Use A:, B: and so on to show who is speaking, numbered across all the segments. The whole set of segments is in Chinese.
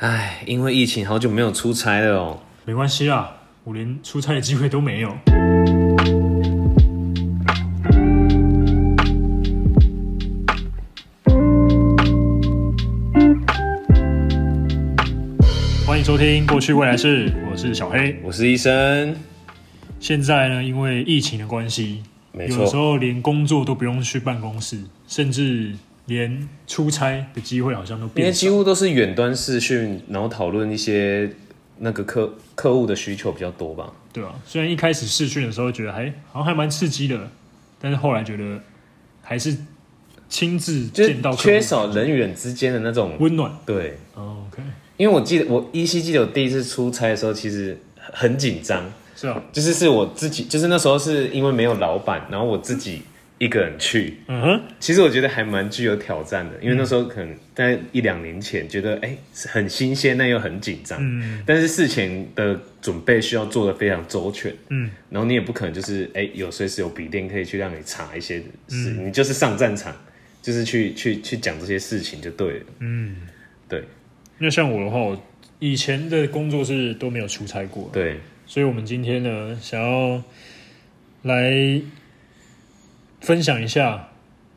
A: 唉，因为疫情好久没有出差了哦。
B: 没关系啦，我连出差的机会都没有。欢迎收听《过去未来式》，我是小黑。
A: 我是医生，
B: 现在呢，因为疫情的关系，
A: 没
B: 有的时
A: 错，
B: 候连工作都不用去办公室，甚至连出差的机会好像都
A: 因为
B: 变
A: 几
B: 少。
A: 乎都是远端视讯，然后讨论一些那个客客户的需求比较多吧。
B: 对啊，虽然一开始试训的时候觉得还好像还蛮刺激的，但是后来觉得还是亲自
A: 就是
B: 见到客户
A: 缺少人与人之间的那种
B: 温暖。
A: 对，
B: 哦、OK，
A: 因为我记得我依稀记得我第一次出差的时候，其实很紧张，
B: 是啊，
A: 就是是我自己，就是那时候是因为没有老板，然后我自己一个人去，
B: 嗯哼，
A: 其实我觉得还蛮具有挑战的，因为那时候可能在一两年前觉得哎、是很新鲜，但又很紧张。
B: 嗯
A: 但是事前的准备需要做的非常周全，
B: 嗯，
A: 然后你也不可能就是哎、有随时有笔电可以去让你查一些事，
B: 嗯
A: 你就是上战场，就是去去去讲这些事情就对了。嗯，对
B: 那像我的话，我以前的工作是都没有出差过，
A: 对，
B: 所以我们今天呢，想要来分享一下，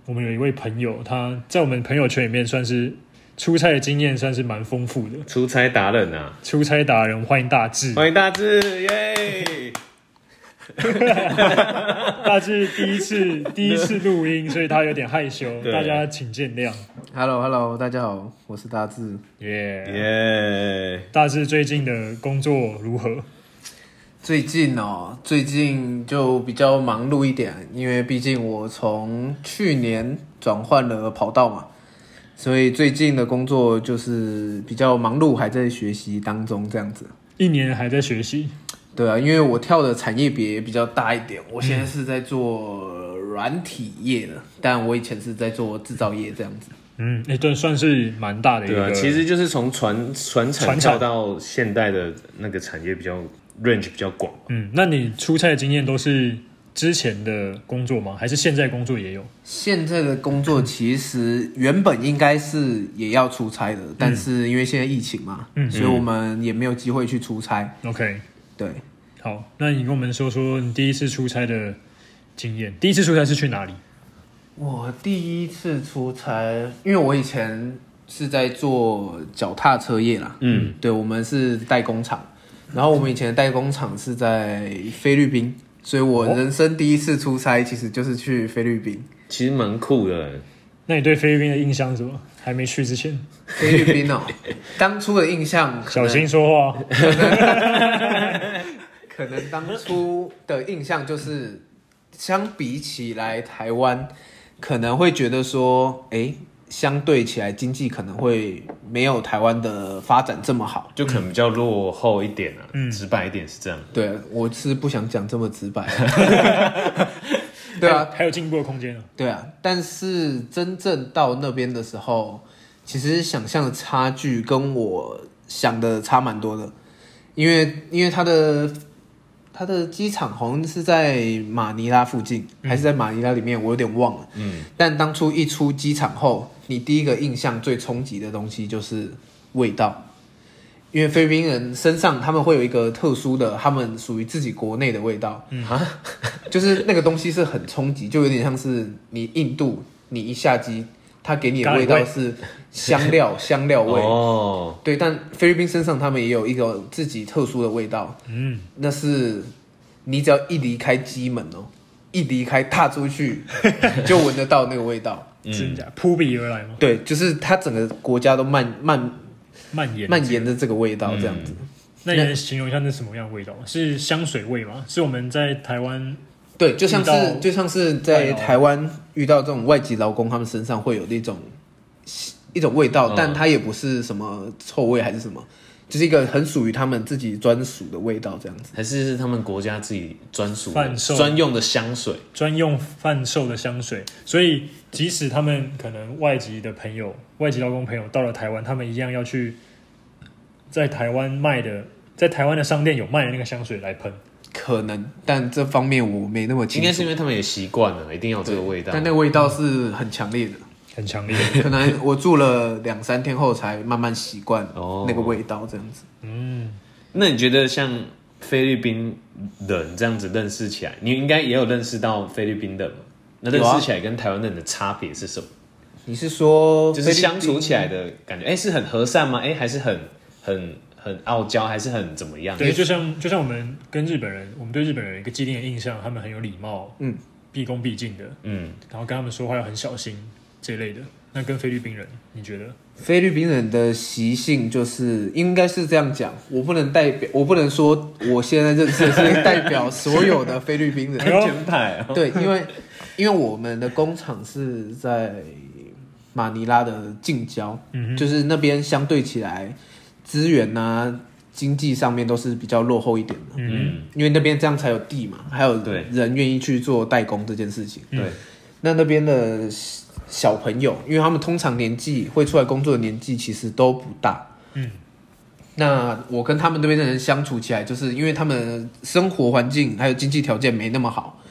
B: 我们有一位朋友，他在我们朋友圈里面算是出差的经验，算是蛮丰富的，
A: 出差达人啊，
B: 出差达人，欢迎大志。
A: 欢迎大志耶！
B: 大志第一次第一次录音，所以他有点害羞，
A: 对
B: 大家请见谅。
C: Hello Hello，大家好，我是大志。
B: 耶、
A: 耶，
B: 大志最近的工作如何？
C: 最近哦，最近就比较忙碌一点，因为毕竟我从去年转换了跑道嘛，所以最近的工作就是比较忙碌，还在学习当中这样子。
B: 一年还在学习，
C: 对啊，因为我跳的产业别比较大一点，我现在是在做软体业的，但我以前是在做制造业这样子。
B: 嗯，哎、对，算是蛮大的一
A: 对啊，
B: 个。
A: 其实就是从传传产
B: 传
A: 跳
B: 产
A: 到现代的那个产业比较 range 比较广。
B: 嗯，那你出差的经验都是之前的工作吗？还是现在工作也有？
C: 现在的工作其实原本应该是也要出差的，但是因为现在疫情嘛，
B: 嗯
C: 所以我们也没有机会去出差。
A: 嗯
B: OK，
C: 对，
B: 好，那你跟我们说说你第一次出差的经验。第一次出差是去哪里？
C: 我第一次出差，因为我以前是在做脚踏车业啦，
A: 嗯，
C: 对，我们是代工厂，然后我们以前的代工厂是在菲律宾，所以我人生第一次出差其实就是去菲律 宾。
A: 其实蛮酷的。
B: 那你对菲律宾的印象是什么？还没去之 前，
C: 菲律宾哦，当初的印象
A: 啊
C: 可
B: 小
C: 能
B: 心 说话。
C: 可能当初的印象就是，相比起来台湾，可能会觉得说，诶，相对起来经济可能会没有台湾的发展这么好。
A: 就可能比较落后一点啊，
B: 嗯
A: 直白一点是这样。
C: 对，我是不想讲这么直白。对啊，
B: 还有，还有进步的空间啊。
C: 对啊，但是真正到那边的时候，其实想象的差距跟我想的差蛮多的，因为因为它的它的机场好像是在马尼拉附近，还是在马尼拉里面，我有点忘了。嗯，但当初一出机场后，你第一个印象最冲击的东西就是味道。因为菲律宾人身上他们会有一个特殊的，他们属于自己国内的味道，啊就是那个东西是很冲击，就有点像是你印度，你一下机，它给你的味道是香料香料味。
A: 哦，
C: 对，但菲律宾身上他们也有一个自己特殊的味道，
B: 嗯，
C: 那是你只要一离开机门哦，一离开踏 出去，就闻得到那个味道。
A: 嗯
B: 真假扑鼻而来吗？
C: 对，就是它整个国家都漫漫
B: 蔓延
C: 蔓延着这个味道，这样子。
B: 那你能形容一下那是什么样的味道吗？是香水味吗？是我们在台湾
C: 对，就像
B: 遇到
C: 是就像是
B: 外
C: 在
B: 劳
C: 台湾遇到这种外籍劳工，他们身上会有那种一种味道，
A: 嗯
C: 但它也不是什么臭味还是什么，就是一个很属于他们自己专属的味道这样子。
A: 还是是他们国家自己专属的
B: 贩售
A: 专用的香水，
B: 专用贩售的香水，所以即使他们可能外籍的朋友、外籍劳工朋友到了台湾，他们一样要去在台湾卖的，在台湾的商店有卖的那个香水来喷。
C: 可能，但这方面我没那么清
A: 应
C: 楚。
A: 该是因为他们也习惯了，一定要有这个味道。
C: 但那个味道是很强烈的。
B: 很强烈。
C: 可能我住了两三天后才慢慢习惯
A: 哦
C: 那个味道，这样子。
A: 那你觉得像菲律宾人这样子认识起来，你应该也有认识到菲律宾的嘛？那认
C: 有啊
A: 识起来跟台湾人的差别是什么？
C: 你是说
A: 就
C: 菲
A: 是
C: 律
A: 相处
C: 宾
A: 起来的感觉，哎、是很和善吗？哎、还是很很很傲娇，还是很怎么样？
B: 对，就像就像我们跟日本人，我们对日本人有一个既定的印象，他们很有礼貌，
C: 嗯，
B: 毕恭毕敬的，
A: 嗯，
B: 然后跟他们说话要很小心这一类的。那跟菲律宾人，你觉得？
C: 菲律宾人的习性就是应该是这样讲，我不能代表，我不能说我现在认识的是代表所有的菲律 宾
B: 哎
C: 人，
B: 呦
A: 全派、哦
C: 对，因为因为我们的工厂是在马尼拉的近郊，
B: 嗯哼
C: 就是那边相对起来资源啊、经济上面都是比较落后一点的，
B: 嗯，
A: 嗯，
C: 因为那边这样才有地嘛，还有
A: 对
C: 人愿意去做代工这件事情。
B: 嗯
A: 对，
C: 那那边的小小朋友，因为他们通常年纪会出来工作的年纪其实都不大。
B: 嗯，
C: 那我跟他们那边的人相处起来，就是因为他们生活环境还有经济条件没那么好，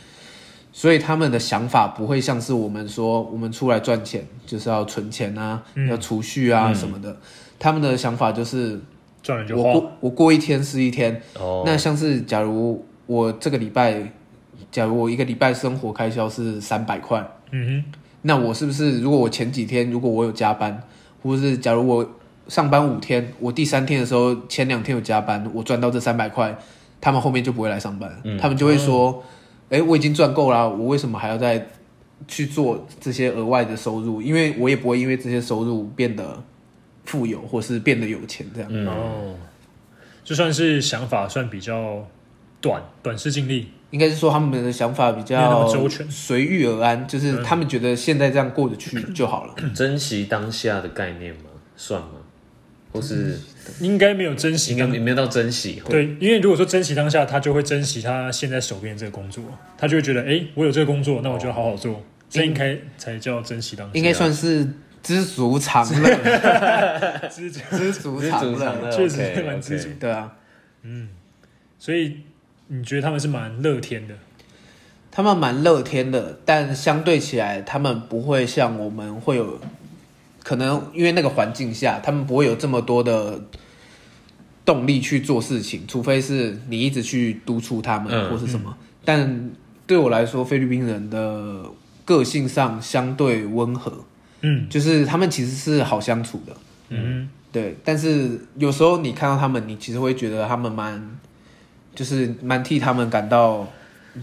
C: 所以他们的想法不会像是我们说我们出来赚钱就是要存钱啊，
B: 嗯
C: 要储蓄啊什么的。他们的想法就是
B: 赚了就
C: 我
B: 花。
C: 过我过一天是一天，
A: 哦，
C: 那像是假如我这个礼拜，假如我一个礼拜生活开销是三百块，
B: 嗯
C: 那我是不是如果我前几天如果我有加班，或者是假如我上班五天，我第三天的时候前两天有加班，我赚到这三百块，他们后面就不会来上班，他们就会说，哎、我已经赚够啦，我为什么还要再去做这些额外的收入？因为我也不会因为这些收入变得富有，或是变得有钱这样。
B: 哼，
A: 嗯，
B: 哦，就算是想法算比较短，短视近利。
C: 应该是说他们的想法比
B: 没有那
C: 较
B: 么周全嗯
C: 随遇而安，就是他们觉得现在这样过得去就好了。
A: 珍惜当下的概念吗？算吗？或是
B: 应该没有珍惜
A: 应该
B: 当
A: 没没有到珍惜哦？
B: 对，因为如果说珍惜当下，他就会珍惜他现在手边的这个工作，他就会觉得，哎、我有这个工作，那我就要好好做，这应该才叫珍惜当下。
C: 应该算是知足常乐，
B: 知足
C: 知足常乐。
B: 确实是蛮知足
C: 对啊，
B: 所以你觉得他们是蛮乐天的，
C: 他们蛮乐天的，但相对起来，他们不会像我们会有，可能因为那个环境下，他们不会有这么多的动力去做事情，除非是你一直去督促他们、
A: 嗯
C: 或是什么。但对我来说，菲律宾人的个性上相对温和，
B: 嗯
C: 就是他们其实是好相处的，
B: 嗯，
C: 对。但是有时候你看到他们，你其实会觉得他们蛮，就是蛮替他们感到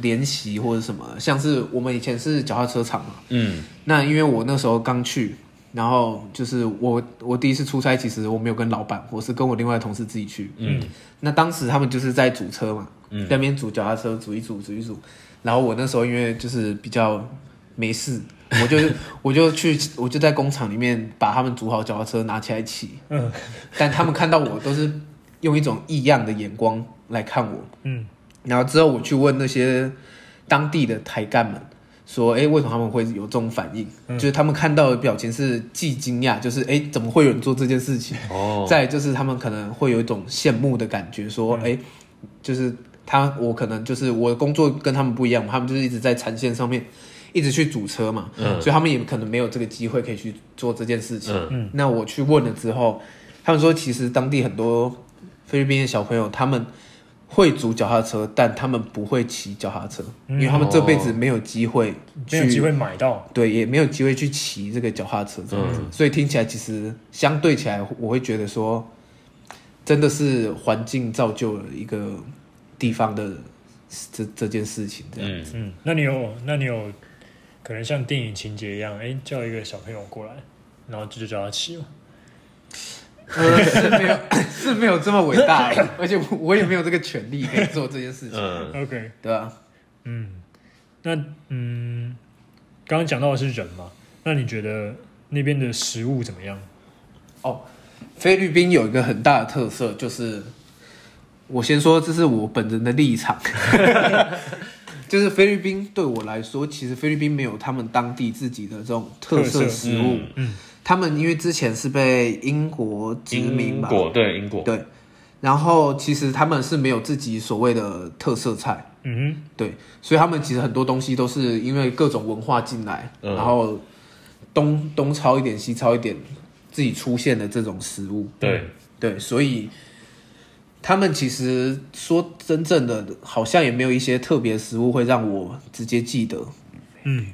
C: 怜惜或者什么。像是我们以前是脚踏车厂嘛，
A: 嗯，
C: 那因为我那时候刚去，然后就是我我第一次出差，其实我没有跟老板，我是跟我另外的同事自己去。
A: 嗯，
C: 那当时他们就是在组车嘛，
A: 嗯
C: 在那边组脚踏车，组一组，组一组。然后我那时候因为就是比较没事，我就 我就去我就在工厂里面把他们组好脚踏车拿起来骑，
B: 嗯，
C: 但他们看到我都是用一种异样的眼光来看我，
B: 嗯，
C: 然后之后我去问那些当地的台干们。说，哎、为什么他们会有这种反应？
A: 嗯
C: 就是他们看到的表情是既惊讶，就是哎、诶怎么会有人做这件事情？
A: 哦，嗯
C: 再来就是他们可能会有一种羡慕的感觉，说，哎、就是他，我可能就是我的工作跟他们不一样，他们就是一直在产线上面一直去组车嘛，
A: 嗯
C: 所以他们也可能没有这个机会可以去做这件事情。
A: 嗯
C: 那我去问了之后，他们说其实当地很多菲律宾的小朋友他们会组脚踏车，但他们不会骑脚踏车，
A: 嗯
C: 因为他们这辈
A: 哦
C: 子没有机会去
B: 没有机会买到，
C: 对，也没有机会去骑这个脚踏车这样子，所以听起来其实相对起来，我会觉得说，真的是环境造就了一个地方的这这件事情这样。
A: 嗯，
B: 嗯，那你有，那你有可能像电影情节一样，哎、叫一个小朋友过来，然后这就叫他骑了，
C: 呃， 是没有是没有这么伟大的，而且我也没有这个权利可以做这件事情，
A: 嗯，
B: OK，
C: 对吧、
B: 嗯，那嗯，刚刚讲到的是人嘛，那你觉得那边的食物怎么样？
C: 哦，菲律宾有一个很大的特色，就是我先说，这是我本人的立场， 就是菲律宾对我来说，其实菲律宾没有他们当地自己的这种特色
B: 特色
C: 食物。
A: 嗯
B: 嗯
C: 他们因为之前是被英国殖民
A: 英
C: 吧，
A: 国对英国，
C: 对，然后其实他们是没有自己所谓的特色菜。
B: 嗯
C: 对，所以他们其实很多东西都是因为各种文化进来，
A: 嗯
C: 然后东东抄一点西抄一点自己出现的这种食物，
A: 对，
C: 对，所以他们其实说真正的，好像也没有一些特别食物会让我直接记得。
B: 嗯，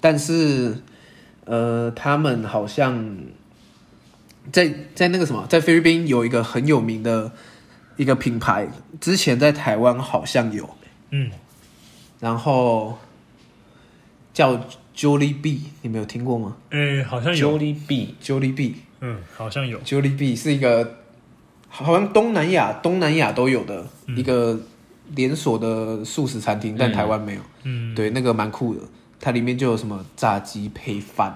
C: 但是呃，他们好像在在那个什么，在菲律宾有一个很有名的一个品牌，之前在台湾好像有，
B: 嗯，
C: 然后叫 Jollibee，你们有听过吗
B: 诶、好像有，
A: Jollibee，
C: ？Jollibee。
B: 嗯，好像有，
C: Jollibee 是一个好像东南亚东南亚都有的一个连锁的素食餐厅，但台湾没有。
B: 嗯，
C: 对，那个蛮酷的，它里面就有什么炸鸡配饭，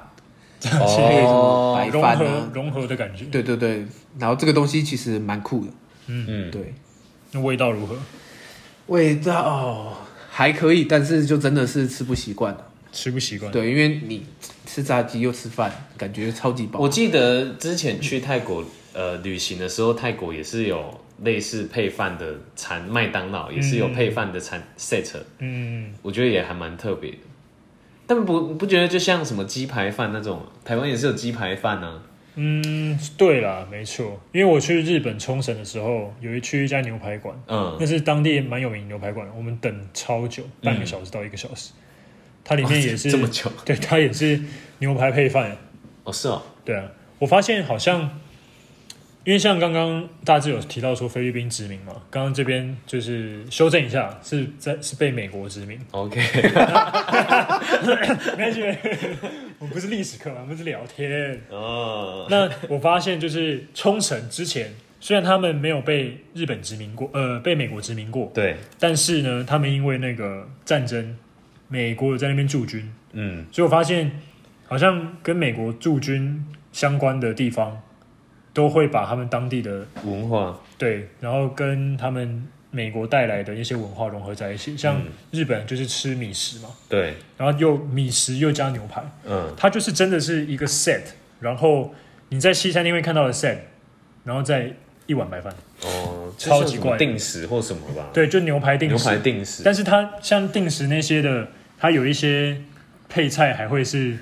C: 配什 么
A: 哦，
C: 白
B: 融
C: 饭
B: 合
C: 啊。
B: 融合的感觉，
C: 对对对，然后这个东西其实蛮酷的，
A: 嗯，
C: 对，
B: 那味道如何？
C: 味道、哦、还可以，但是就真的是吃不习惯了。
B: 吃不习惯，
C: 对，因为你吃炸鸡又吃饭，感觉超级饱。
A: 我记得之前去泰国呃旅行的时候，泰国也是有类似配饭的餐，麦当劳也是有配饭的餐 set，
B: 嗯，
A: 我觉得也还蛮特别的。但不不觉得就像什么鸡排饭那种，台湾也是有鸡排饭啊。
B: 嗯，对啦，没错，因为我去日本冲绳的时候，有一去一家牛排馆，
A: 嗯，
B: 那是当地蛮有名的牛排馆，我们等超久，半个小时到一个小时，它里面也是、
A: 哦这么久
B: 对，它也是牛排配饭，
A: 哦，是哦，
B: 对啊，我发现好像，因为像刚刚大致有提到说菲律宾殖民嘛，刚刚这边就是修正一下，是在是被美国殖民，
A: OK，
B: 没关系，我们不是历史课，我们是聊天。
A: 哦，
B: 那我发现就是冲绳之前，虽然他们没有被日本殖民过，呃，被美国殖民过，
A: 对，
B: 但是呢，他们因为那个战争，美国有在那边驻军，
A: 嗯，
B: 所以我发现好像跟美国驻军相关的地方，都会把他们当地的
A: 文化，
B: 对，然后跟他们美国带来的一些文化融合在一起。
A: 嗯
B: 像日本就是吃米食嘛，
A: 对，
B: 然后又米食又加牛排，
A: 嗯，
B: 它就是真的是一个 set。然后你在西餐厅会看到的 set，然后再一碗白饭，
A: 哦，这
B: 超
A: 像
B: 级
A: 什么
B: 怪的
A: 定时或什么吧，
B: 对，就牛排定
A: 牛
B: 食
A: 排定时，
B: 但是它像定时那些的，它有一些配菜还会是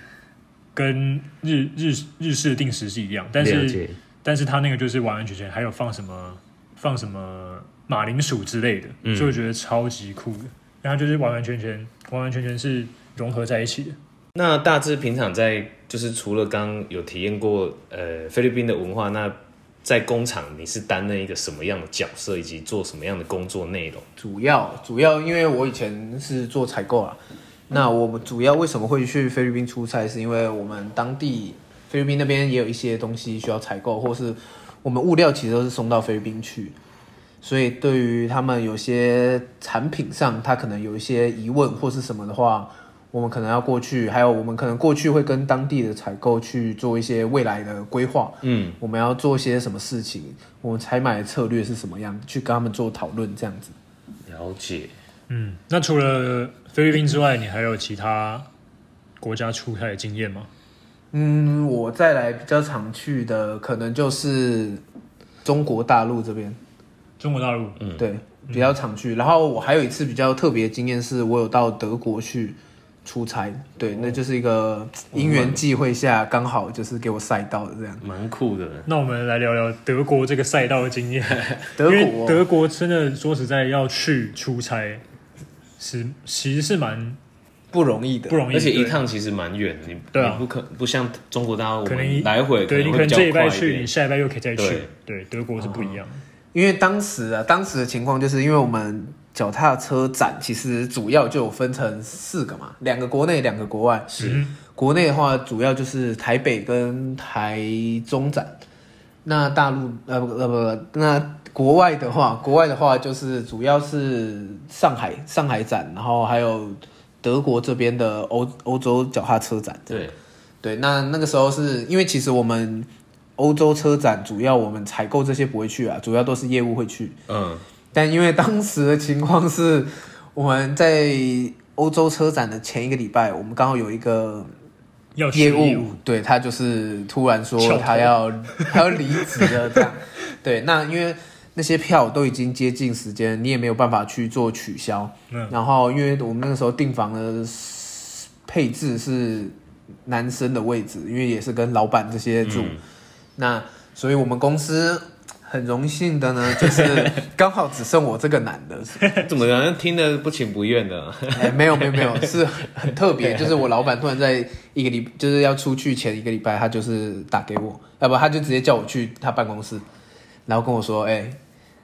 B: 跟日日日式的定时是一样，但
A: 了
B: 是
A: 解
B: 但是它那个就是完完全全还有放什么放什么马铃薯之类的，
A: 嗯
B: 所以我觉得超级酷的。然后就是完完全全完完全全是融合在一起的。
A: 那大致平常在就是除了刚刚有体验过呃菲律宾的文化，那在工厂你是担任一个什么样的角色，以及做什么样的工作内容？
C: 主要主要，因为我以前是做采购啊，那我们主要为什么会去菲律宾出差，是因为我们当地菲律宾那边也有一些东西需要采购，或是我们物料其实都是送到菲律宾去，所以对于他们有些产品上，他可能有一些疑问或是什么的话，我们可能要过去，还有我们可能过去会跟当地的采购去做一些未来的规划，
A: 嗯，
C: 我们要做些什么事情，我们采买的策略是什么样，去跟他们做讨论这样子。
A: 了解。
B: 嗯，那除了菲律宾之外，你还有其他国家出差的经验吗？
C: 嗯，我再来比较常去的，可能就是中国大陆这边，
B: 中国大陆，
A: 嗯
C: 对，比较常去。然后我还有一次比较特别的经验是，我有到德国去出差，对，那就是一
B: 哦
C: 个因缘际会下，刚好就是给我塞到的这样。
A: 蛮酷的，
B: 那我们来聊聊德国这个赛道的经验。
C: 德
B: 因为
C: 国
B: 德国真的说实在要去出差，是其实是蛮
C: 不容易的，
B: 不容易，
A: 而且一
B: 对
A: 趟其实蛮远的，你
B: 对啊
A: 你不可不像中国大陆，我
B: 可能
A: 们来回
B: 对你
A: 能
B: 可
A: 会
B: 能
A: 比较
B: 这礼
A: 快
B: 拜
A: 一
B: 去，
A: 点
B: 你。下礼拜又可以再去
A: 对。哦
B: 对，德国是不一样的。
C: 因为当时啊，当时的情况就是因为我们脚踏车展其实主要就有分成四个嘛，两个国内，两个国外。是国内的话，主要就是台北跟台中展。那大陆呃不呃不，那国外的话，国外的话就是主要是上海上海展，然后还有德国这边的欧欧洲脚踏车展。
A: 对，
C: 对，那那个时候是因为其实我们欧洲车展主要我们采购这些不会去啊，主要都是业务会去。
A: 嗯，
C: 但因为当时的情况是，我们在欧洲车展的前一个礼拜，我们刚好有一个
B: 要去
C: 业
B: 业
C: 务，对他就是突然
B: 翘
C: 说
B: 头
C: 他要 他要离职了 这样。对，那因为那些票都已经接近时间，你也没有办法去做取消。
B: 嗯
C: 然后因为我们那个时候订房的 s- 配置是男生的位置，因为也是跟老板这些住。
B: 嗯
C: 那所以我们公司很荣幸的呢，就是 刚好只剩我这个男的。
A: 怎么好像听得不情不愿的？
C: 哎，没有没有没有，是很特别，就是我老板突然在一个礼，就是要出去前一个礼拜，他就是打给我，要不他就直接叫我去他办公室，然后跟我说，哎、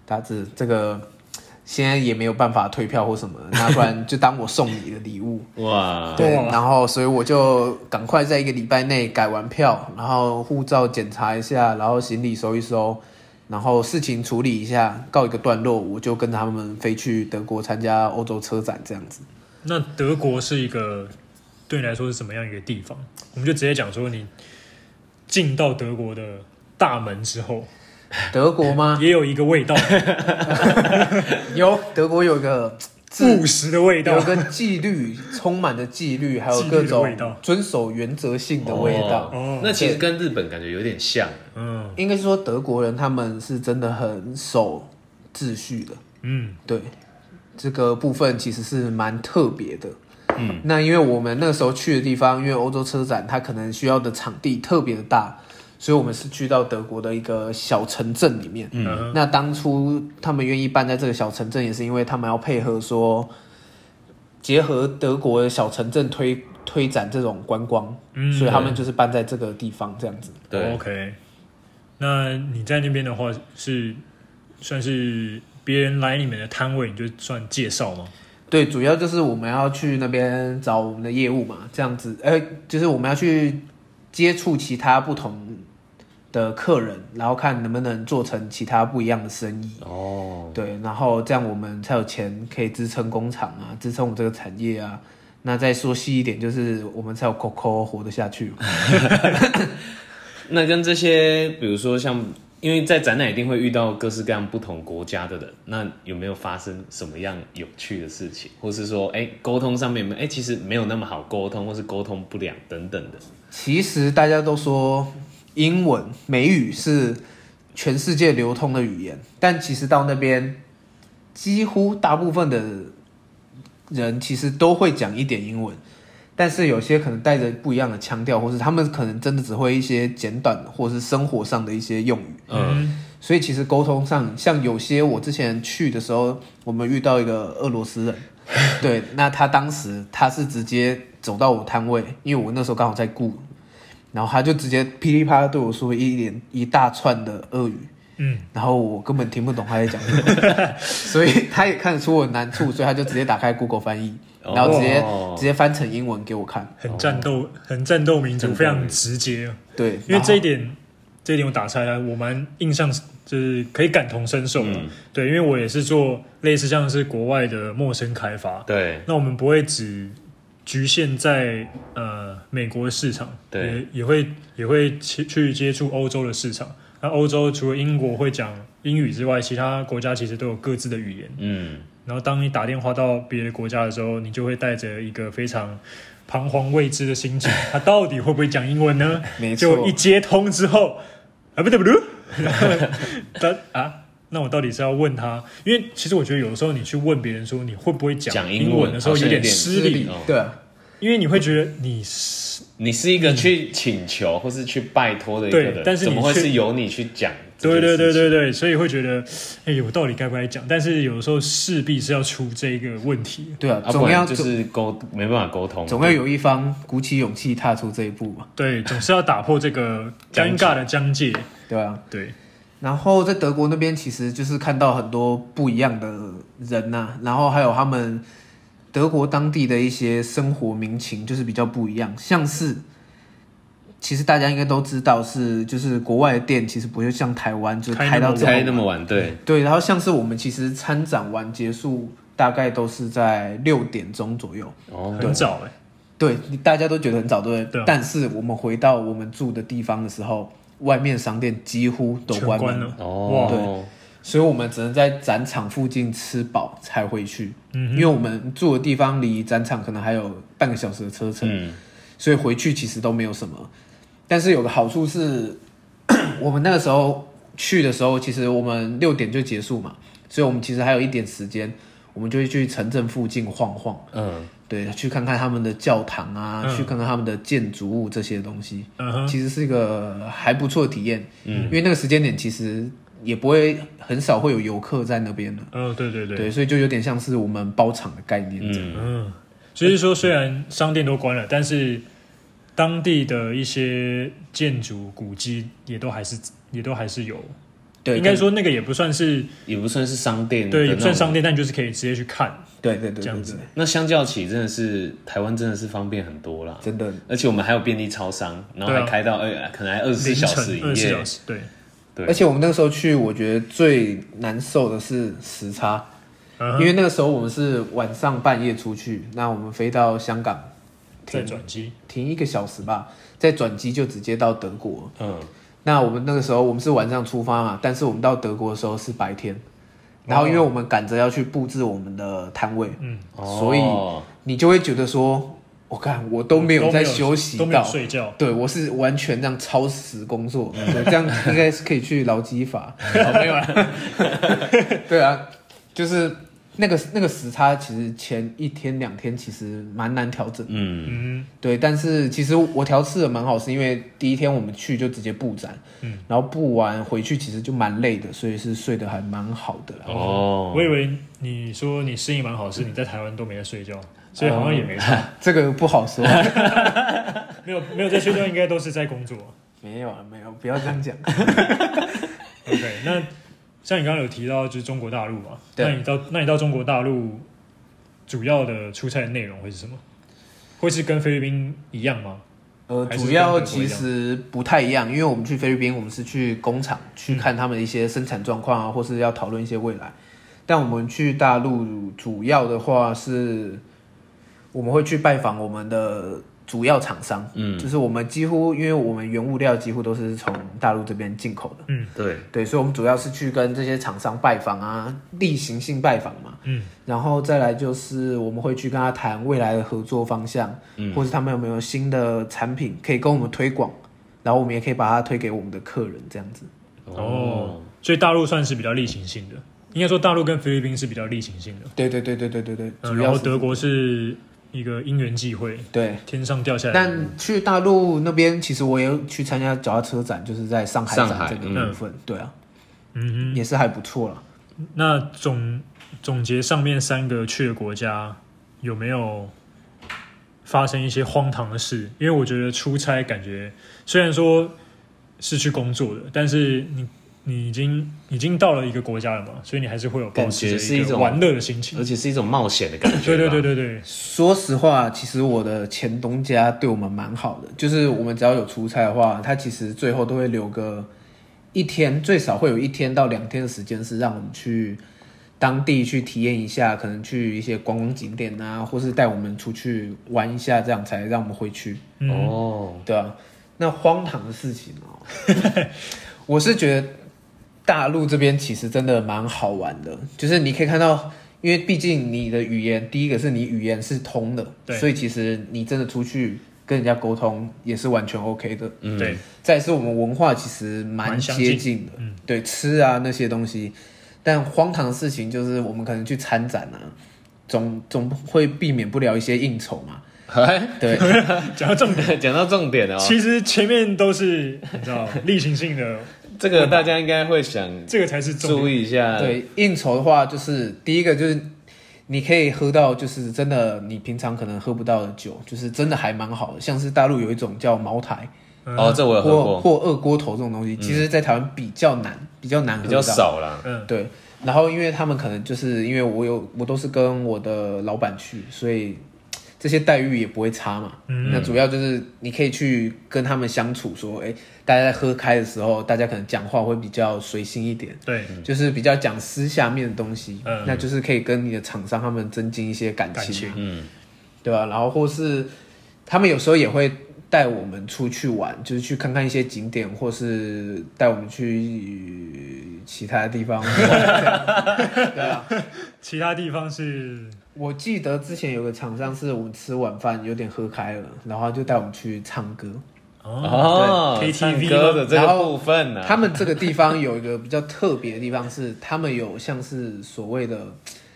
C: 达子这个现在也没有办法退票或什么，那不然就当我送你的礼物。
A: 哇，
C: 对，
B: 哇
C: 然后所以我就赶快在一个礼拜内改完票，然后护照检查一下，然后行李收一收，然后事情处理一下，告一个段落，我就跟他们飞去德国参加欧洲车展这样子。
B: 那德国是一个对你来说是怎么样一个地方？我们就直接讲说，你进到德国的大门之后，
C: 德国吗？
B: 也有一个味 道，哎
C: 有，德国有一个
B: 务实的味道
C: 有。个纪律，充满着纪律，还有
B: 纪律的
C: 各种
B: 味道
C: 遵守原则性的味道。
B: 哦
A: 那其实跟日本感觉有点像，
B: 嗯
C: 应该是说德国人他们是真的很守秩序的，
B: 嗯，
C: 对这个部分其实是蛮特别的。嗯，那因为我们那个时候去的地方，因为欧洲车展它可能需要的场地特别的大，所以我们是去到德国的一个小城镇里面。
B: 嗯，
C: 那当初他们愿意办在这个小城镇，也是因为他们要配合说，结合德国的小城镇推推展这种观光，
B: 嗯
C: 所以他们就是办在这个地方这样子。
A: 对，
B: OK，那你在那边的话是算是别人来你们的摊位，你就算介绍吗？
C: 对，主要就是我们要去那边找我们的业务嘛，这样子，呃，就是我们要去接触其他不同的客人，然后看能不能做成其他不一样的生意。
A: 哦，
C: 对，然后这样我们才有钱可以支撑工厂啊，支撑我们这个产业啊。那再说细一点，就是我们才有 COCO 活得下去。
A: 那跟这些，比如说像，因为在展览一定会遇到各式各样不同国家的人，那有没有发生什么样有趣的事情，或是说，哎、沟通上面有没有，哎、其实没有那么好沟通，或是沟通不良等等的，
C: 其实大家都说英文美语是全世界流通的语言，但其实到那边几乎大部分的人其实都会讲一点英文，但是有些可能带着不一样的腔调，或是他们可能真的只会一些简短的或是生活上的一些用语。
B: 嗯，
C: 所以其实沟通上，像有些我之前去的时候，我们遇到一个俄罗斯人，对，那他当时他是直接走到我摊位，因为我那时候刚好在顾，然后他就直接噼里啪啦对我说一连一大串的俄语，
B: 嗯，
C: 然后我根本听不懂他在讲什么，所以他也看得出我难处，所以他就直接打开 Google 翻译，然后直接、
A: 哦
C: 直接翻成英文给我看，
B: 很战斗，很战斗民族，非常直接。
C: 对，
B: 因为
C: 然后
B: 这一点，这一点我打岔一下，我蛮印象就是可以感同身受的。
C: 嗯
B: 对，因为我也是做类似像是国外的陌生开发，
A: 嗯对，
B: 那我们不会只局限在呃美国市场，
A: 对，
B: 也也会也会去去接触欧洲的市场。那欧洲除了英国会讲英语之外，其他国家其实都有各自的语言。
A: 嗯，
B: 然后当你打电话到别的国家的时候，你就会带着一个非常彷徨未知的心情，他到底会不会讲英文呢？
C: 没错
B: 就一接通之后，啊不对不对，但啊，那我到底是要问他？因为其实我觉得有时候你去问别人说你会不会
A: 讲
B: 讲
A: 英文
B: 英文的时候，
A: 好像有
B: 点
A: 点
B: 失
C: 失
B: 礼，
C: 礼
A: 哦，
C: 对啊。
B: 因为你会觉得你是
A: 你是一个去请求或是去拜托的一个人
B: 对，但是你
A: 怎么会
B: 却
A: 是由你去讲？
B: 对对对，对对，所以会觉得，哎、我到底该不该讲？但是有时候势必是要出这个问题。
C: 对啊
A: 啊，，不
C: 总要、
A: 然就是沟没办法沟通，
C: 总要有一方鼓起勇气踏出这一步嘛，
B: 对，总是要打破这个尴尬的疆界。
C: 对啊。
B: 对，
C: 然后在德国那边，其实就是看到很多不一样的人呐、然后还有他们德国当地的一些生活民情，就是比较不一样，像是。其实大家应该都知道是，就是国外的店其实不会像台湾就是
B: 开
C: 开到
B: 那么
C: 这
A: 猜
C: 么
A: 那么晚，对，
C: 对，然后像是我们其实参展完结束大概都是在六点钟左右，
A: 哦，
B: 很早哎、
C: 对，你大家都觉得很早，对不对？
B: 对啊
C: 但是我们回到我们住的地方的时候，外面商店几乎都
B: 全
C: 关
B: 关
C: 门
B: 了。哇，
A: 哦，
C: 所以我们只能在展场附近吃饱才回去。嗯，因为我们住的地方离展场可能还有半个小时的车程，
A: 嗯，
C: 所以回去其实都没有什么。但是有个好处是， 我们那个时候去的时候，其实我们六点就结束嘛，所以我们其实还有一点时间，我们就会去城镇附近晃晃。
A: 嗯，
C: 对，去看看他们的教堂啊，
B: 嗯
C: 去看看他们的建筑物这些东西，
B: 嗯哼，
C: 其实是一个还不错的体验。嗯，因为那个时间点其实也不会很少会有游客在那边的，
B: 嗯，对对对，
C: 对，所以就有点像是我们包场的概念这样。
A: 嗯，
B: 嗯，所以说虽然商店都关了，但是当地的一些建筑古迹也都还是也都还是有。
C: 对，嗯
B: 应该说那个也不算是
A: 也不算是商店，
B: 对，也不算商。店，但就是可以直接去看。
C: 对对对对
B: 这样
C: 对
B: 子
C: 对，
A: 那相较起，真的是台湾真的是方便很多啦。
C: 真的
A: 而且我们还有便利超商，然后还
B: 对啊
A: 开到二、可能还二十四
B: 凌
A: 小时
B: 晨
A: 营
B: 二十四
A: 业
B: 小。时，对，
A: 对，
C: 而且我们那个时候去，我觉得最难受的是时差，
B: 嗯
C: 因为那个时候我们是晚上半夜出去，那我们飞到香港
B: 再
C: 停
B: 转机，
C: 停一个小时吧，再转机就直接到德国。
A: 嗯，
C: 那我们那个时候我们是晚上出发嘛，但是我们到德国的时候是白天，然后因为我们赶着要去布置我们的摊位，
B: 嗯，
C: 所以
A: 哦
C: 你就会觉得说，我、看我都没有在休息
B: 都没有
C: 到，
B: 睡觉，
C: 对，我是完全这样超时工作，对，这样应该是可以去劳基 法，好没有啦。 对啊，就是那个那个时差，其实前一天两天其实蛮难调整，
A: 嗯，
B: 嗯，
C: 对，但是其实我调试的蛮好，是因为第一天我们去就直接布展，嗯，然后布完回去其实就蛮累的，所以是睡得还蛮好的啦。
A: 哦，
B: 我以为你说你适应蛮好，是你在台湾都没在睡觉，所以好像也没 差，
C: 这个不 好说，
B: 没有没有在睡觉，应该都是在工作。
C: 没有啊，没有，不要这样讲。
B: OK，那像你刚刚有提到就是中国大陆嘛，
C: 对
B: 那你到那你到中国大陆主要的出差的内容会是什么？会是跟菲律宾一样吗？
C: 呃，
B: 还是
C: 主
B: 跟
C: 要
B: 德国一
C: 其
B: 样
C: 实不太一样，因为我们去菲律宾，我们是去工厂去
B: 嗯
C: 看他们的一些生产状况啊，或是要讨论一些未来。但我们去大陆主要的话是，我们会去拜访我们的主要厂商，
A: 嗯，
C: 就是我们几乎因为我们原物料几乎都是从大陆这边进口的，
A: 对，
C: 对，所以我们主要是去跟这些厂商拜访啊，例行性拜访嘛。
B: 嗯，
C: 然后再来就是我们会去跟他谈未来的合作方向，嗯，或是他们有没有新的产品可以跟我们推广，然后我们也可以把它推给我们的客人这样子。
A: 哦，，
B: 所以大陆算是比较例行性的，应该说大陆跟菲律宾是比较例行性的，
C: 对对对对对对对，
B: 嗯、
C: 主
B: 然
C: 要
B: 后
C: 是、
B: 德国是一个因缘际会，
C: 对。
B: 天上掉下来的。
C: 但去大陆那边，其实我也有去参加脚踏车展，就是在上海
A: 上
C: 展
A: 海
C: 这个部分，对啊，
B: 嗯
C: 也是还不错了。
B: 哼，那总总结上面三个去的国家有没有发生一些荒唐的事？因为我觉得出差感觉虽然说是去工作的，但是你。你已经已经到了一个国家了嘛，所以你还是会有保持
A: 感觉
B: 着
A: 是一
B: 个
A: 种
B: 玩乐的心情
A: 而。且是一种冒险的感觉。
B: 对对对，对对，
C: 说实话，其实我的前东家对我们蛮好的，就是我们只要有出差的话，他其实最后都会留个一天，最少会有一天到两天的时间是让我们去当地去体验一下，可能去一些观光景点啊，或是带我们出去玩一下，这样才让我们回去，
B: 嗯
A: 哦，
C: 对啊。那荒唐的事情哦， 我是觉得大陆这边其实真的蛮好玩的，就是你可以看到，因为毕竟你的语言，第一个是你语言是通的，
B: 对
C: 所以其实你真的出去跟人家沟通也是完全 OK 的。
A: 嗯
B: 对，
C: 再来是我们文化其实蛮
B: 蛮相
C: 接
B: 近嗯
C: 近的，对吃啊那些东西。但荒唐的事情就是我们可能去参展啊，总总会避免不了一些应酬嘛。
A: 哎，
C: 对，
B: 讲到重点，
A: 讲到重点哦，
B: 其实前面都是你知道例行性的，
A: 这个大家应该会想
B: 这个才是重
A: 注
B: 点。
A: 意一下。，
C: 对，应酬的话，就是第一个就是你可以喝到，就是真的你平常可能喝不到的酒，就是真的还蛮好的。像是大陆有一种叫茅台
A: 哦，这我有喝
C: 或
A: 过，嗯
C: 或二锅头这种东西，其实在台湾比较难，比较难喝
A: 比
C: 到，
A: 较少啦。
B: 嗯，
C: 对，然后因为他们可能就是因为我有我都是跟我的老板去，所以这些待遇也不会差嘛。嗯、那主要就是你可以去跟他们相处，说，哎，大家在喝开的时候，大家可能讲话会比较随心一点，
B: 对，
C: 就是比较讲私下面的东西，
B: 嗯
C: 那就是可以跟你的厂商他们增进一些感
B: 感
C: 情
B: 情，
C: 啊
A: 嗯，
C: 对吧、然后或是他们有时候也会带我们出去玩，就是去看看一些景点，或是带我们去其他地方玩。对啊，
B: 其他地方是
C: 我记得之前有个厂商是我们吃晚饭有点喝开了，然后他就带我们去唱歌。
B: 哦，
A: 哦
B: 对
A: 唱
B: KTV
A: 歌的这
C: 然
A: 个
C: 后
A: 部分啊呢，
C: 他们这个地方有一个比较特别的地方是，他们有像是所谓的，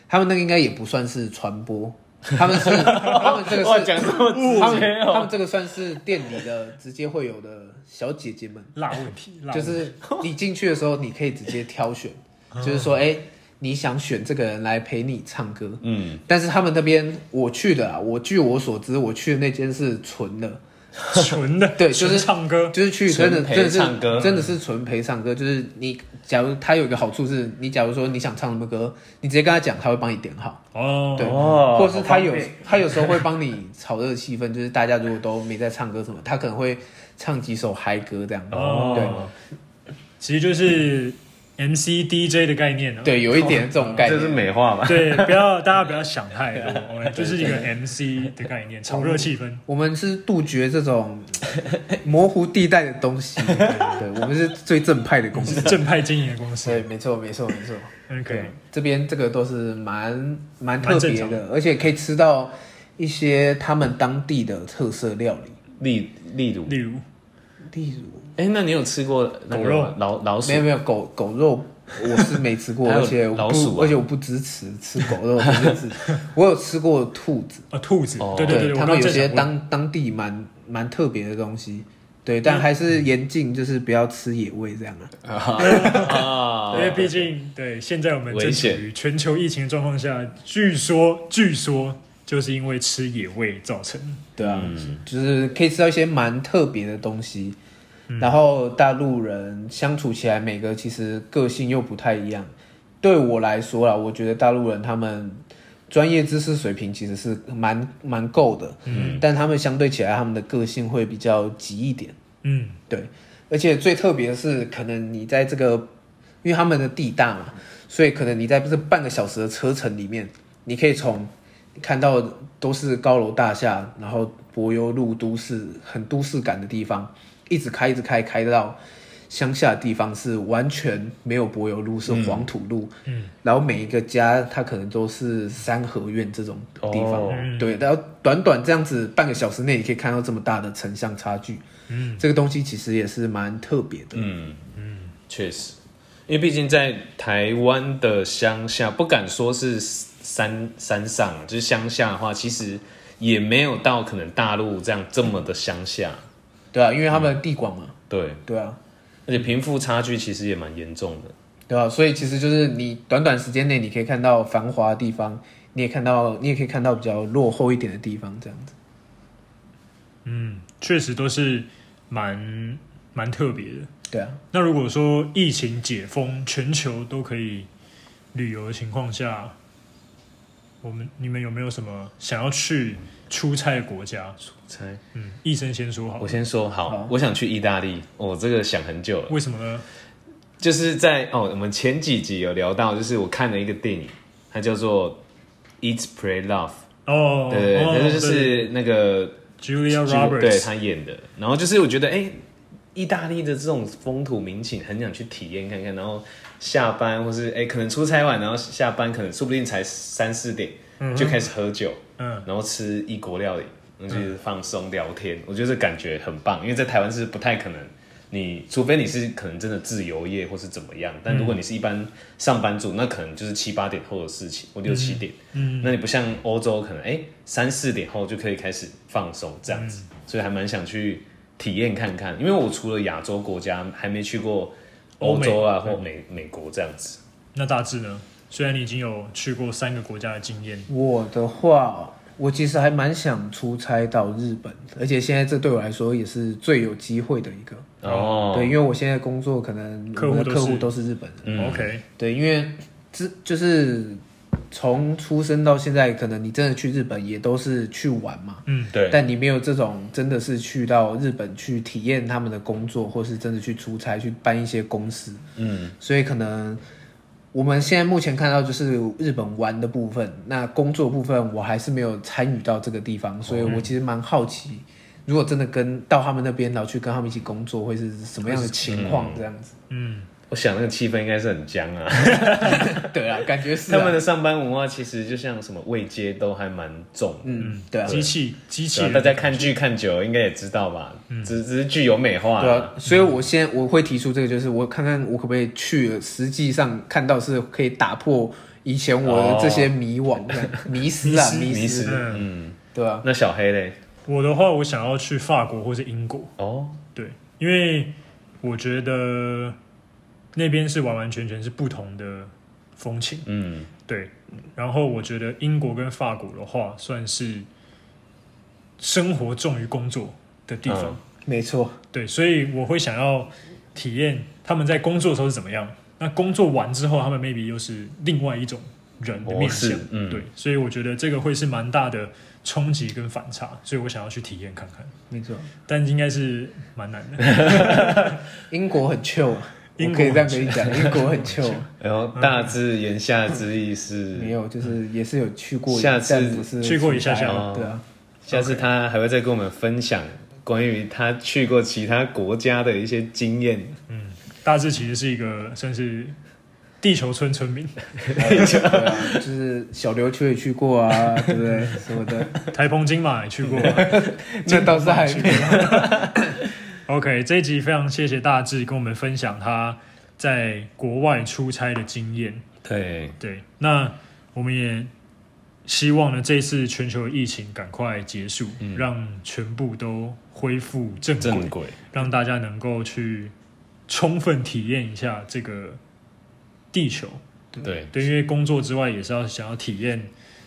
C: 他们那个应该也不算是传播，他们是他们这个
A: 哇，
C: 是
A: 讲这么
C: 他
A: 直接
C: 们他
A: 哦
C: 们，这个算是店里的直接会有的小姐姐们，
B: 辣问题，辣问题
C: 就是你进去的时候，你可以直接挑选，就是说，哎、你想选这个人来陪你唱歌，
A: 嗯，
C: 但是他们那边我去的啊，我据我所知，我去的那间是纯的，
B: 纯的，
C: 对就
B: 纯
C: 是
B: 唱歌，
C: 就是去真的
A: 纯陪
C: 真的是
A: 唱歌
C: 真的是纯陪唱歌，就是你假如他有一个好处是，你假如说你想唱什么歌，你直接跟他讲，他会帮你点好。
B: 哦，
C: 对
A: 哦
C: 或者是他有
A: 好方便
C: 他有时候会帮你炒热气氛，就是大家如果都没在唱歌什么，他可能会唱几首嗨歌这样。
B: 哦，其实就是 MC DJ 的概念呢、啊
C: 对，有一点这种概
A: 这是
C: 念。
A: 美化 吧？
B: 对，不要大家不要想太多，我们就是一个 MC 的概
C: 哦
B: 念，炒热气 氛。
C: 我们是杜绝这种 模糊地带的东西，对，我们是最正派的公
B: 是
C: 司。
B: 正派经营的公
C: 对，
B: 司，
C: 没错，没错，没错。
B: 嗯，可以
C: 对，，这边这个都是蛮蛮
B: 蛮
C: 特
B: 正
C: 别
B: 常
C: 的，而且可以吃到一些他们当地的特色料理，
A: 例例如，
B: 例如
C: 例如
A: 哎，那你有吃过那
B: 狗
A: 个
B: 肉
A: 吗老老鼠
C: 没有？没有狗狗肉，我是没吃 过，
A: 还有
C: 而且我
A: 老
C: 不
A: 鼠啊
C: 而且我不支持吃狗肉，不支持。我有吃过兔子，
B: 啊，兔子
A: 哦，
B: 对对对，我
C: 他
B: 刚刚
C: 们有
B: 正
C: 些
B: 想问
C: 当当地蛮蛮特别的东西，对，但还
B: 嗯
C: 是严禁，就是不要吃野味这样啊。
A: 啊
B: 因为毕竟 对现在我们正
A: 危
B: 处
A: 险
B: 于全球疫情的状况下，据说据说就是因为吃野味造成的。
C: 对啊，就是可以吃到一些蛮特别的东西。然后大陆人相处起来，每个其实个性又不太一样。对我来说啦，我觉得大陆人他们专业知识水平其实是蛮蛮够的，嗯，但他们相对起来，他们的个性会比较急一点。
B: 嗯，
C: 对，而且最特别的是，可能你在这个，因为他们的地大嘛，所以可能你在这半个小时的车程里面，你可以从看到都是高楼大厦，然后柏油路、都市很都市感的地方，一直开一直开，开到乡下的地方是完全没有柏油路，是黄土路。嗯，然后每一个家它可能都是三合院这种地方。
A: 哦
C: 对，然后短短这样子半个小时内，你可以看到这么大的城乡差距。嗯，这个东西其实也是蛮特别的。
A: 嗯嗯，确实，因为毕竟在台湾的乡下，不敢说是山山上，就是乡下的话，其实也没有到可能大陆这样这么的乡下。
C: 对啊，因为他们地广嘛。
A: 对，
C: 对啊，
A: 而且贫富差距其实也蛮严重的。
C: 对啊，所以其实就是你短短时间内，你可以看到繁华的地方，你也看到，你也可以看到比较落后一点的地方，这样子。
B: 确实都是蛮蛮特别的。
C: 对啊，
B: 那如果说疫情解封，全球都可以旅游的情况下，我们你们有没有什么想要去出差的国家？
A: 猜，
B: 嗯，医生先说好
A: 我
B: 了，
A: 先说好
C: 好，
A: 我想去意大利，我、这个想很久了。
B: 为什么呢？
A: 就是在哦，我们前几集有聊到，就是我看了一个电影，它叫做《Eat, Pray, Love》，
B: 哦，
A: 对对对，
B: 哦
A: 它就是那个
B: Julia
A: 对
B: Roberts，
A: 他演的。然后就是我觉得，哎、意大利的这种风土民情，很想去体验看看。然后下班或是哎、可能出差完，然后下班可能说不定才三四点、就开始喝酒，
B: 嗯，
A: 然后吃异国料理，然后就是放松聊天。我觉得这感觉很棒，因为在台湾是不太可能。你除非你是可能真的自由业或是怎么样，但如果你是一般上班族，那可能就是七八点后的事情，或六七点。嗯，那你不像欧洲，可能哎三四点后就可以开始放松这样子，所以还蛮想去体验看看。因为我除了亚洲国家，还没去过欧洲啊或美美国这样子。
B: 那大致呢？虽然你已经有去过三个国家的经验，
C: 我的话，我其实还蛮想出差到日本的，而且现在这对我来说也是最有机会的一个。
A: 哦，
C: 对，因为我现在工作可能
B: 客户
C: 我们
B: 都
C: 的
B: 是
C: 客户都是日本人。
A: 嗯
B: 哦 OK，
C: 对，因为这就是从出生到现在，可能你真的去日本也都是去玩嘛。
B: 嗯，
A: 对，
C: 但你没有这种真的是去到日本去体验他们的工作，或是真的去出差去办一些公司，
A: 嗯，
C: 所以可能我们现在目前看到就是日本玩的部分，那工作部分我还是没有参与到这个地
A: 哦
C: 方，所以我其实蛮好奇，如果真的跟到他们那边，然后去跟他们一起工作，会是什么样的情况？这样子，
B: 嗯，
A: 我想那个气氛应该是很僵啊。
C: 对啊，感觉是、
A: 他
C: 啊、
A: 们的上班文化其实就像什么未接都还蛮重的。
C: 嗯，对啊，
B: 机器机器
A: 对啊
B: 人，
A: 大家看剧看久了，应该也知道吧？只只是剧有美化
C: 对
A: 啦，
C: 啊，所以我现在我会提出这个，就是我看看我可不可以去了，实际上看到是可以打破以前我的这些迷惘、迷失啊、
B: 迷
C: 迷
B: 失
A: 迷失，
C: 失，
A: 嗯，
C: 对啊，
A: 那小黑嘞？
B: 我的话，我想要去法国或是英国，
A: 哦，
B: 对，因为我觉得那边是完完全全是不同的风情。
A: 嗯，
B: 对，然后我觉得英国跟法国的话，算是生活重于工作的地方。
A: 嗯
C: 没错，
B: 对，所以我会想要体验他们在工作的时候是怎么样。那工作完之后，他们 maybe 又是另外一种人的面
A: 模
B: 相
A: 式。嗯
B: 对，所以我觉得这个会是蛮大的冲击跟反差，所以我想要去体验看看，
C: 没错。
B: 但应该是蛮难的。
C: 英国很 chill，啊
B: 英国
C: 我可以这样
B: 很
C: 跟你讲，英国很 chill，
A: 然后嗯大致言下之意是，
C: 没有，就是也是有去过，
A: 下次
C: 但不是
B: 去过一下下
A: 哦
C: 对啊，
A: 下次他还会再跟我们分享关于他去过其他国家的一些经验。
B: 大致其实是一个算是地球村村 民，
C: 对啊，就是小琉球也去过啊，对不对？什么的，
B: 台澎金马也去过。
C: 那倒是还没
B: OK，这一集非常谢谢大志跟我们分享他在国外出差的经验。
A: 对，
B: 对，那我们也希望呢，这次全球疫情赶快结束，
C: 嗯
B: 让全部都恢复正轨，
A: 正轨。
B: 让大家能够去充分体验一下这个地球。
A: 对，
B: 对，因为工作之外也是要想要体验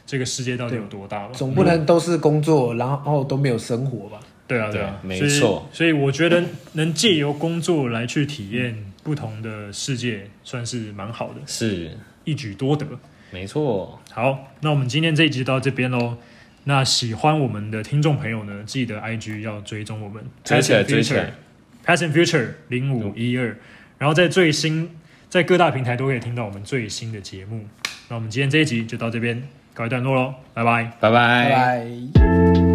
B: 这个世界到底有多大嘛。
C: 总不能都是工作，然后都没有生活吧？
B: 对啊，
A: 对
B: 啊，
A: 没
B: 所以
A: 错。
B: 所以我觉得能借由工作来去体验不同的世界，算是蛮好的，
A: 是
B: 一举多得。
A: 没错。
B: 好，那我们今天这一集就到这边喽。那喜欢我们的听众朋友呢，记得 IG 要追踪我们，
A: 追起来
B: Passion
A: 追起来
B: Future，Passion Future 零五一二，然后在最新在各大平台都可以听到我们最新的节目。那我们今天这一集就到这边告一段落喽，拜拜。
A: 拜
C: 拜
A: 拜。
C: 拜。